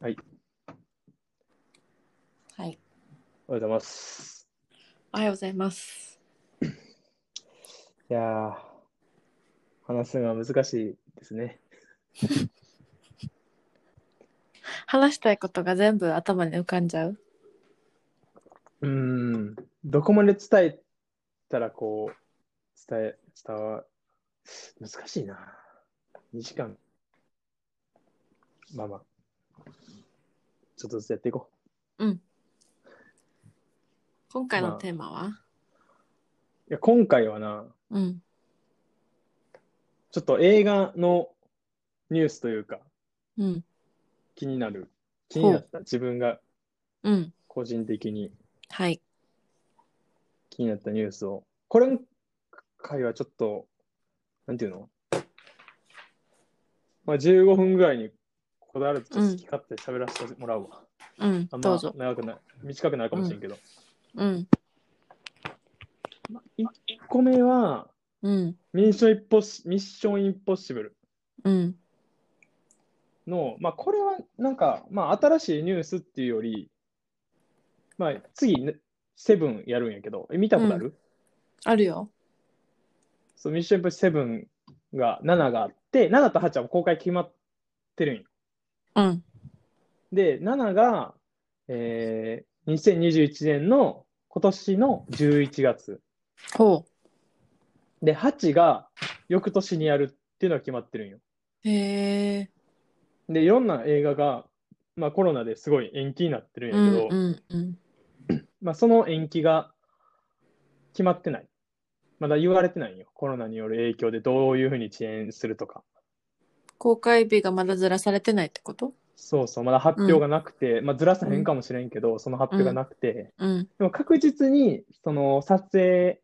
はい、はい。おはようございます。おはようございます。いやー、話すのは難しいですね。話したいことが全部頭に浮かんじゃううーん、どこまで伝えたらこう、伝え、伝わ、難しいな。2時間。まあまあ、ちょっとずつやっていこ今回のテーマは、う。いや、今回はな、うん。ちょっと映画のニュースというか、うん。気になる、気になった、自分がうん。個人的にはい。気になったニュースを、これ回はちょっと、なんていうのまあ、15分ぐらいにこだわらず、ちょっと好き勝手喋らせてもらうわ。うん。あんどうまぞ。長くない、短くなるかもしれんけど。うん。 1個目は、うん。ミッションインポッシミッションインポッシブルうん。の、まあ、これはなんか、まあ、新しいニュースっていうより、まあ、次、ねセブンやるんやけど、え見たことある、あるよ。そう、ミッションインポッシブル7が、7があって、7と8はもう公開決まってるんようん。で、7が、えー、2021年の今年の11月。ほで、8が翌年にやるっていうのは決まってるんよ。う。へえ。で、いろんな映画が、まあコロナですごい延期になってるんうやけど、んうんうん。まあその延期が決まってない。まだ言われてないんよ。コロナによる影響でどういうふうに遅延するとか。公開日がまだずらされてないってことそうそう、まだ発表がなくて、まあずらさへんかもしれんけど、その発表がなくて、うん。でも確実に、その撮影、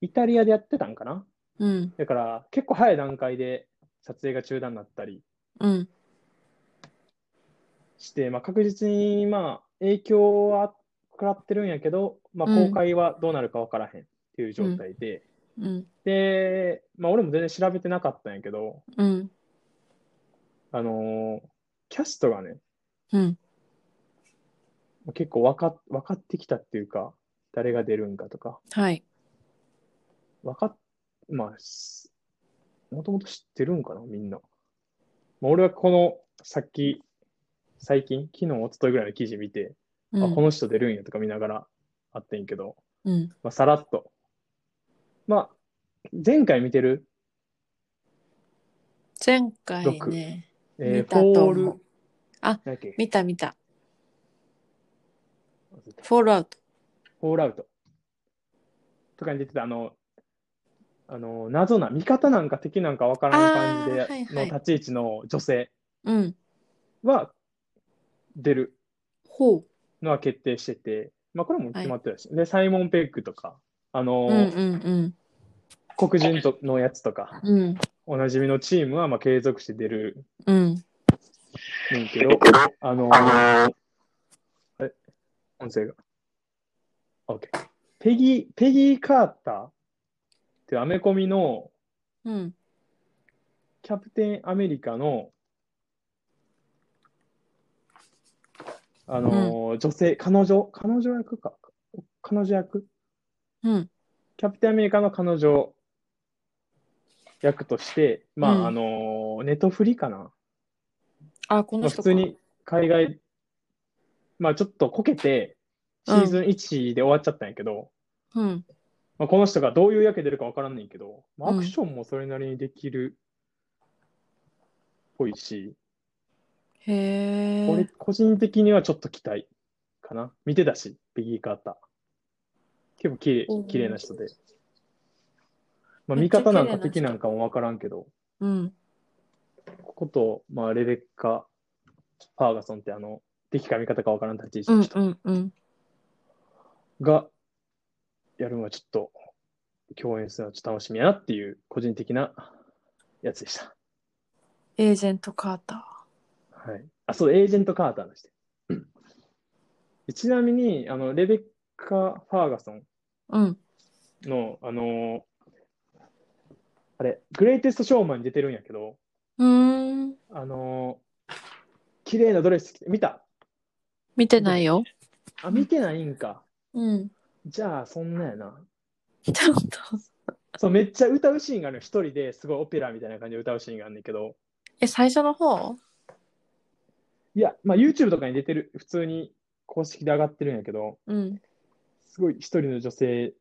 イタリアでやってたんかなうん。だから結構早い段階で撮影が中断になったりうん。して、まあ、確実にまあ影響は食らってるんやけど、まあ、うん公開はどうなるか分からへんっていう状態で、うん。で、まあ、俺も全然調べてなかったんやけど、うん。あのーキャストがねうん。結構分か分かってきたっていうか誰が出るんかとかはい。分かっまあすもともと知ってるんかなみんな、まあ、俺はこのさっき最近昨日一昨日ぐらいの記事見て、うあこん。の人出るんやとか見ながらあってんけど、うん。まあ、さらっと。まあ、前回見てる、前回ね、えー、見たフとォー思ルう、あ何やっけ見た見た。フォールアウト。フォールアウトとかに出てた、あの、あの謎な、味方なんか敵なんかわからんあーは感いじはでいの立ち位置の女性うん。は出るほのは決定してて、まあ、これも決まってるし、で、サイモン・ペックとか、あう。のうんうん黒人とのやつとか、うん。うん。おなじみのチームはまあ継続して出るうん。ねんけど、あのーあれ音声が。OK。ペギー、ペギー・カーターっていうアメコミのうん。キャプテン・アメリカの、あのー女性、彼女、彼女役か。彼女役うん。キャプテン・アメリカの彼女役として、まあ、うんあのーネトフリかな。あ、こまのあ、人普か通に海外、まあちょっとこけて、シーズン1で終わっちゃったんやけど、うん。まあ、この人がどういう役出るかわからんねんけど、まあ、アクションもそれなりにできるっぽいし、へ俺え。個人的にはちょっと期待かな。見てたし、ビギーカーター。結構綺う麗ん綺麗な人で。まあ、め味っちゃ方なん綺か麗な人敵なんかもわからんけど、うん。ここと、まあ、レベッカ・ファーガソンってあの、敵か味方かわからん立ち位置うのん人うんうん。がやるのはちょっと共演するのはちょっと楽しみやなっていう個人的なやつでした。エージェント・カータはい。あ、そう、エージェント・カーターの人。でちなみに、あの、レベッカ・ファーガソンー。うん。の、あのーあれ、グレイテスト・ショーマンに出てるんやけど、うーん。あのー綺麗なドレス着て、見た見てないよ。あ、見てないんか。うん。じゃあ、そんなんやな。ちょっと。そう、めっちゃ歌うシーンがあるの。一人ですごいオペラみたいな感じで歌うシーンがあるんだけど。え、最初の方いや、まあ YouTube とかに出てる、普通に公式で上がってるんやけど、うん。すごい一人の女性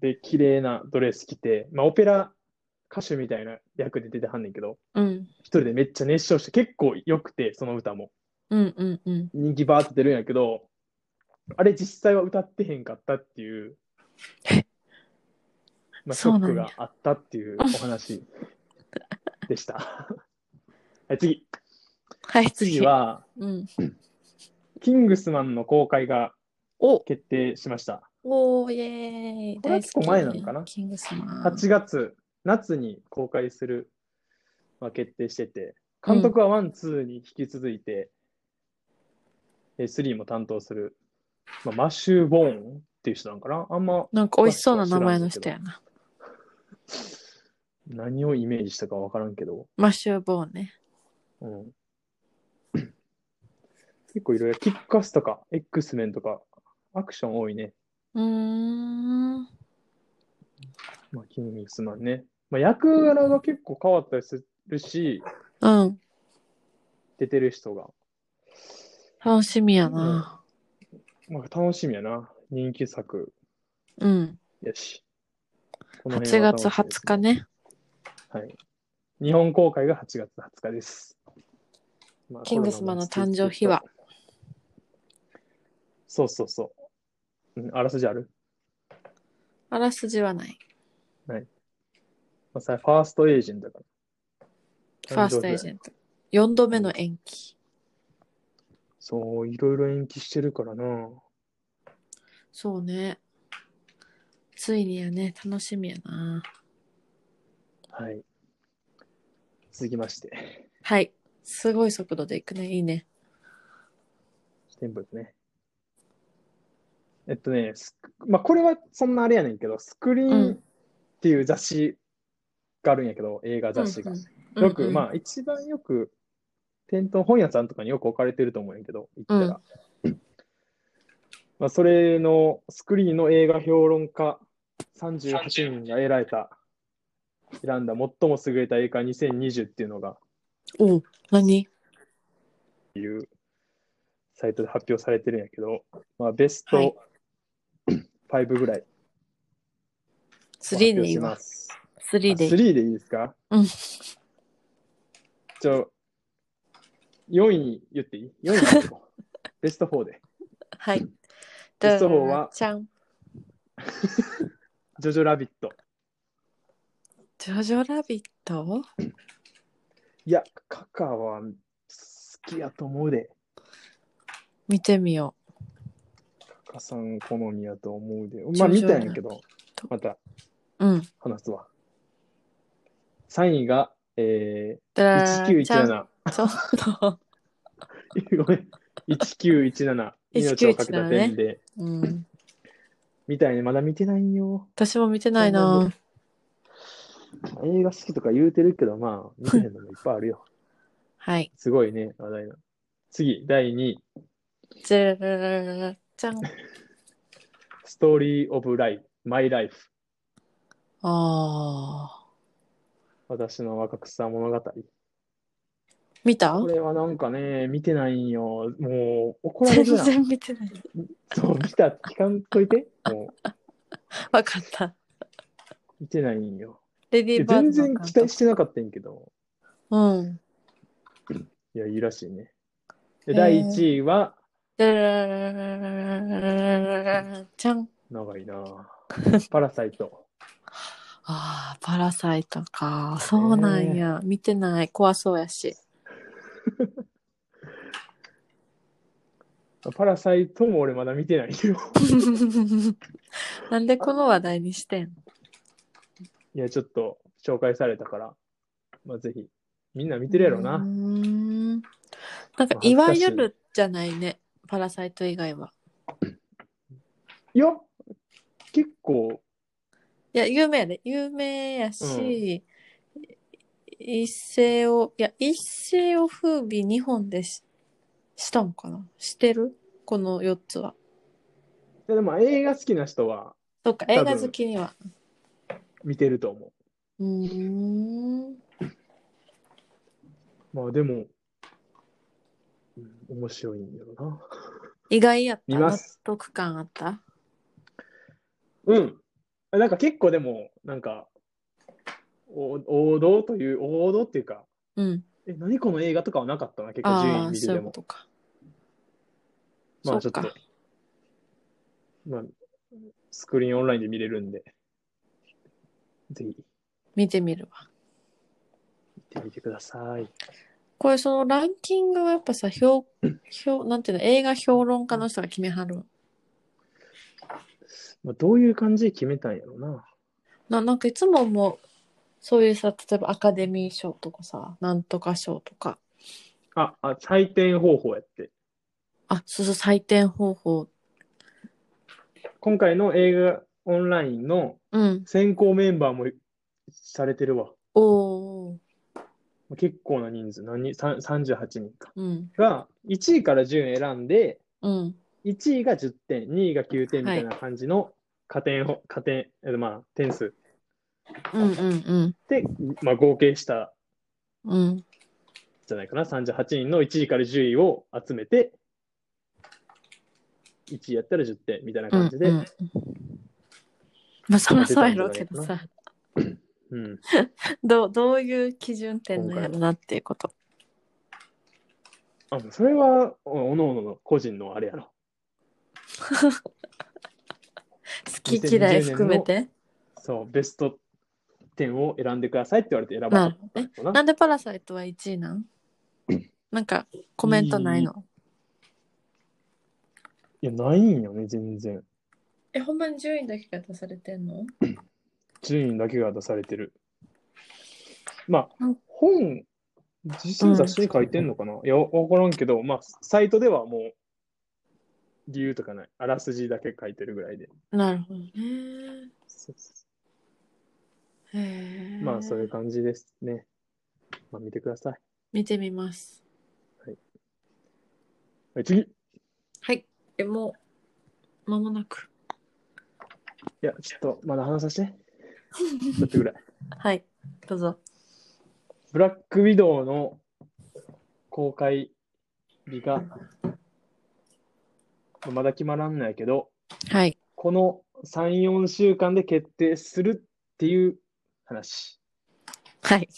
で綺麗なドレス着て、まあオペラ歌手みたいな役で出てはんねんけど、うん。一人でめっちゃ熱唱して、結構良くて、その歌も。うんうんうん。人気バーって出るんやけど、あれ実際は歌ってへんかったって いう、まあ、シそョうッなんやクがあったっていうお話で した。はい、次。はい、次次。は、うん。キングスマンの公開がお決定しました。おー、イエーイ。これは結構前なのかな大好きキングスマン。 8月、夏に公開する、まあ、決定してて、監督はワン、ツーに引き続いて、えースリーも担当する、まあ、マシュー・ボーンっていう人なんかなあんまなんか美味しそうな名前の人やな。何をイメージしたか分からんけど、マッシューボーンね。うん、 結構いろいろ、キックアスとか、X メンとか、アクション多いね。うーん。まあ、キングスマンね。まあ、役柄が結構変わったりするし、うん。出てる人が。楽しみやな。まあ、楽しみやな。人気作うん。やし。この辺8は月楽しみです20日。ね。はい。日本公開が8月20日です。まあキングスマンの誕生日は。コロナも落ち着いてきたそうそうそう。うん、あらすじある、あらすじはない。まあ、さファーストエージェントだから。ファーストエージント。ェント。4度目の延期。そう、いろいろ延期してるからな。そうね。ついにやね、楽しみやな。はい。続きまして、はい。すごい速度でいくね。いいね。テンポですね。えっとね、スクまあ、これはそんなあれやねんけど、スクリうーンんっていう雑誌があるんやけど、映画雑誌が。うんよく、うんうんまあ、一番よく、店頭本屋さんとかによく置かれてると思うんやけど、行ったら。まあ、それのスクリーンの映画評論家38人が選えた、選んだ最も優れた映画2020っていうのが、おう何サイトで発表されてるんやけど、まあ、ベスはいト5ぐらい発 ?3 表でいいしわま。す。 3でいい。 3でいいですかうんじゃあ、4位に言っていい ?4 位に言ってこう ベスト4で。はい。ベスト4はじゃん。ジョジョラビット。ジョジョラビットいや、カカは好きやと思うで。見てみよカカさん好みやと思うで。まあ、見ジョジョたんラビッやトけど、またう。うん。話すわ。3位が、えだらー、ちゃん。 1917。ちょっと。 ごめん。1917。命をかけたペンで。うん。みたいにまだ見てないよ。私も見てないな。映画好きとか言うてるけど、まあ、見てへんのもいっぱいある よ。はい。すごいね、話題な。次、第2位。じゃらららららじゃん。ストーリー・オブ・ライフ、マイ・ライフ。ああ。私の若草物語。見たこれはなんかね、見てないんよ。もう、怒られ全るな。然見てない。そう、見た、聞かんといて。もう、わかった。見てないん よ。レデいィやーバー全ド然期待してなかったんやけど。うん。いや、いいらしいね。で、へー第1位は、だらららららららじゃん。長い なぁパラサイト。ああ、パラサイトか。そうなんや。見てない。怖そうやし。パラサイトも俺まだ見てないよ。 なんでこの話題にしてんいや、ちょっと紹介されたから、まあ、ぜひ、みんな見てるやろうーな。んなんか、いわゆるじゃないね。パラサイト以外は。いや、結構、いや、有名やで。有名やし、一世を、いや、一世を風靡日本でししたんかなしてるこの4つは。いやでも映画好きな人はそうか、多映分画好きには。見てると思うーん。う。まあでも、うん面白いんだろうな。意外やった。見ます納得感あった。うん。なんか結構でも、なんか、お王道という、王道っていうか、うん。え、何この映画とかはなかったな、結構順あ位あ、見てそういでうこも。とか。まあちょそうっとか、まあ、スクリーンオンラインで見れるんで、ぜひ見てみるわ。見てみてください。これそのランキングはやっぱさ、評、 評、なんていうの、映画評論家の人が決めはる。まあ、どういう感じで決めたんやろうな。な、なんかいつももう、そういうさ、例えばアカデミー賞とかさ、なんとか賞とか、あ、あ、採点方法やって。あ、そうそう、採点方法。今回の映画オンラインのうん。選考メンバーもされてるわ。おー。結構な人数、何人、さん38人か。うん。が、1位から10選んで、うん。 1位が10点、2位が9点みたいな感じの加点ほ、加点、えっとまあ、点数うんうんで、まあ、合計したうん。うん。じゃないかな、38人の1位から10位を集めて、1位やったら10点みたいな感じで、ううんうんんまあ、そらそうやろうけどさ、どう、どういう基準点なんやろなっていうこと。あそれは、おおのおのの個人のあれやろ。好き嫌い含めて。そう、ベスト10を選んでくださいって言われて選ばなかったんやろななんでパラサイトは1位なんなんかコメントないのいや、ないんよね、全然。え、ほんまに10位だけが出されてんの順位だけが出されてる。まあうん、本、実際雑誌に書いてんのかな、いや、わからんけど、まあ、サイトではもう、理由とかない。あらすじだけ書いてるぐらいで。なるほどね。へーまあ、そういう感じですね。まあ、見てください。見てみます。はい、次いはい。え、もう、間もなく。や、ちょっと、まだ話させて。ちょっとぐらい。はい。どうぞ。ブラックウィドウの公開日が、まだ決まらんのやけど、はい。この3、4週間で決定するっていう話はい。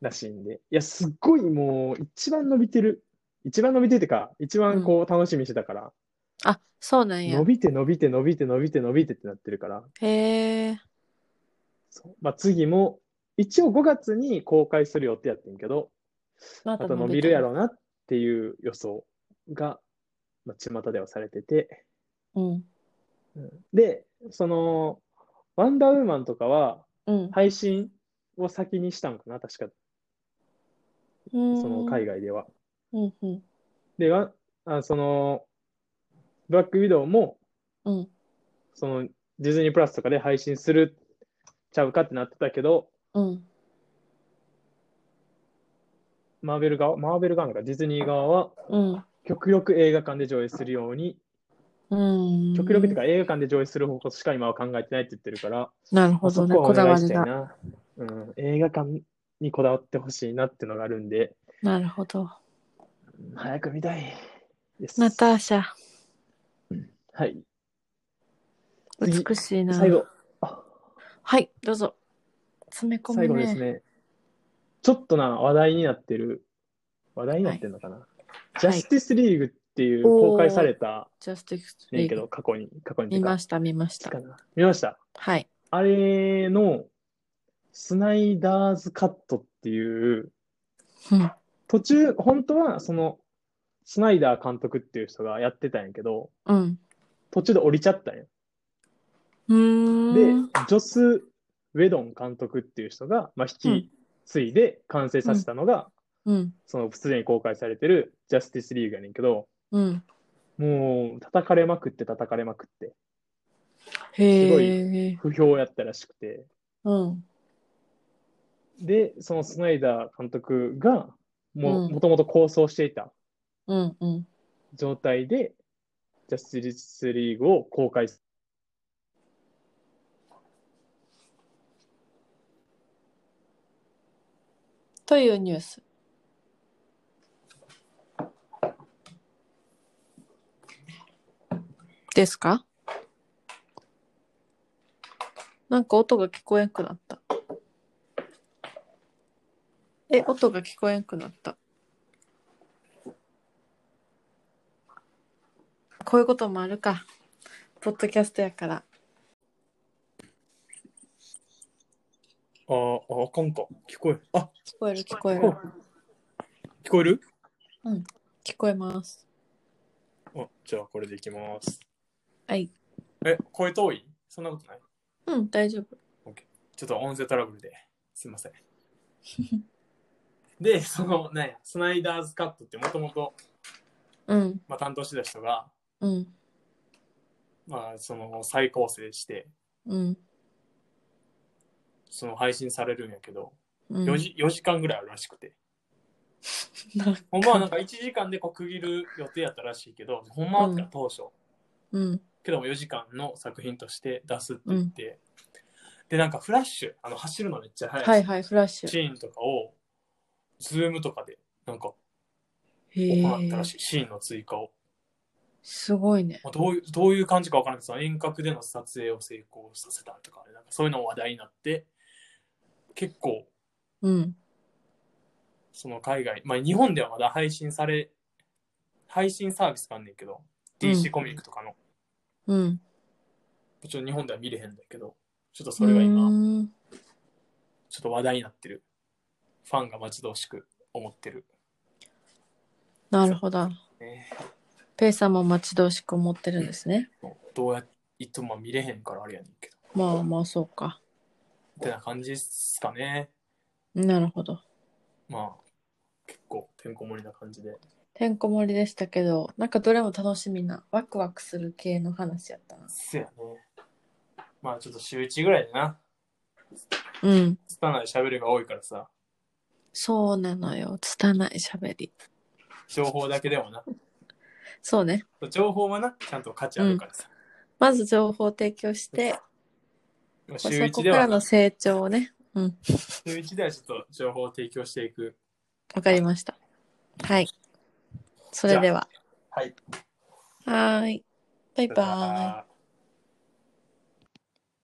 らしいんで、いや、すっごいもう一番伸びてる。一番伸びててか、一番こう楽しみにしてたから、あ、そうなんや伸。びて伸びて伸びて伸びて伸びてってなってるから、へえ。そうまあ、次も、一応5月に公開する予定やってんけど、まあと伸びるや。ろなっていう予想が、まあ、巷ではされてて、うん。で、その、ワンダーウーマンとかはうん。配信を先にしたんかな、確か、その海外では。うんうん。で、ワンあその、ブラックウィドウも、うん。その、ディズニープラスとかで配信するちゃうかってなってたけど、うん。マーベル側、マーベル側なんかディズニー側は、うん。極力映画館で上映するように、うん。極力っていうか映画館で上映する方向しか今は考えてないって言ってるから、なるほあどそね。こはこおだ願わいしたりいが。な。うん、映画館にこだわってほしいなってのがあるんで、なるほど。早く見たいです。ナターシャ、はい。次美しいな。最後。あはい、どうぞ。詰め込最み後でね。すね。ちょっとな、話題になってる、話題になってんのかな。ジャスティスリーグっていうおー公開されたジャスティックスねリんけーど、グ。過去に、過去に見ましした、見ましたか。な。見ました。はい。あれの、スナイダーズカットっていう、うん。途中、本当はその、スナイダー監督っていう人がやってたんやけど、うん。途中で降りちゃったんよ。うでーん。、ジョス・ウェドン監督っていう人が、まあ、う引んき継いで完成させたのが、うん。そのすでに公開されてるジャスティス・リーグやねんけど、うん。もう叩かれまくって叩かれまくって、へえ。不評やったらしくて、うん。で、そのスナイダー監督が、もうんともと構想していたうんうん。状態で、ジャスティスリーグを公開すというニュース。ですかなんか音が聞こえんくなった。え、音が聞こえんくなった。こういうこともあるか。ポッドキャストやから。ああ、あかんか。聞こえ。あ、聞こえる聞こえる。聞こえる聞こえます。あ、じゃあこれでいきます。はい。え、声遠いそんなことないうん、大丈夫。ちょっと音声トラブルですいませ ん。で、その、なんや、スナイダーズカットってもともとうん、まあ担当してた人が、うん、まあ、その再構成して、うん。その配信されるんやけど、うん4時 ,4 時間ぐらいあるらしくて。なんかほんまはなんか1時間でこう区切る予定やったらしいけど、ほんまは当初、うん、けども4時間の作品として出すって言って、で、なんかフラッシュ、あの走るのめっちゃ速いはいはい、フラッシュ。シーンとかを、ズームとかで、なんかへ行ったらえ、しい、シーンの追加を。すごいね。まあ、どういうどういう感じかわからないけどその遠隔での撮影を成功させたとか,、なんかそういうのも話題になって結構うん、その海外、まあ、日本ではまだ配信され配信サービスがあんねんけどうん DC コミックとかの、うん。もちろん日本では見れへんだけどちょっとそれが今うんちょっと話題になってるファンが待ち遠しく思ってる、なるほど。ね、ペイさんも待ち遠しく思ってるんですね。どうやいつも見れへんからあれやねんけどまあまあ、そうか。ってな感じっすかねなるほど。まあ結構てんこ盛りな感じでてんこ盛りでしたけど、なんかどれも楽しみな、ワクワクする系の話やったな。そやね。まあちょっと週1ぐらいでな、うん。つたない喋りが多いからさ、そうなのよ。拙い喋り。情報だけでもな、そうね。情報はな、ちゃんと価値あるからさ。まず情報を提供して、まあそ週こ1かでらはのな、成長をね。うん。週1ではちょっと情報を提供していく。わかりました。はい。それでは。はい。はーい。バイバーイ。イ。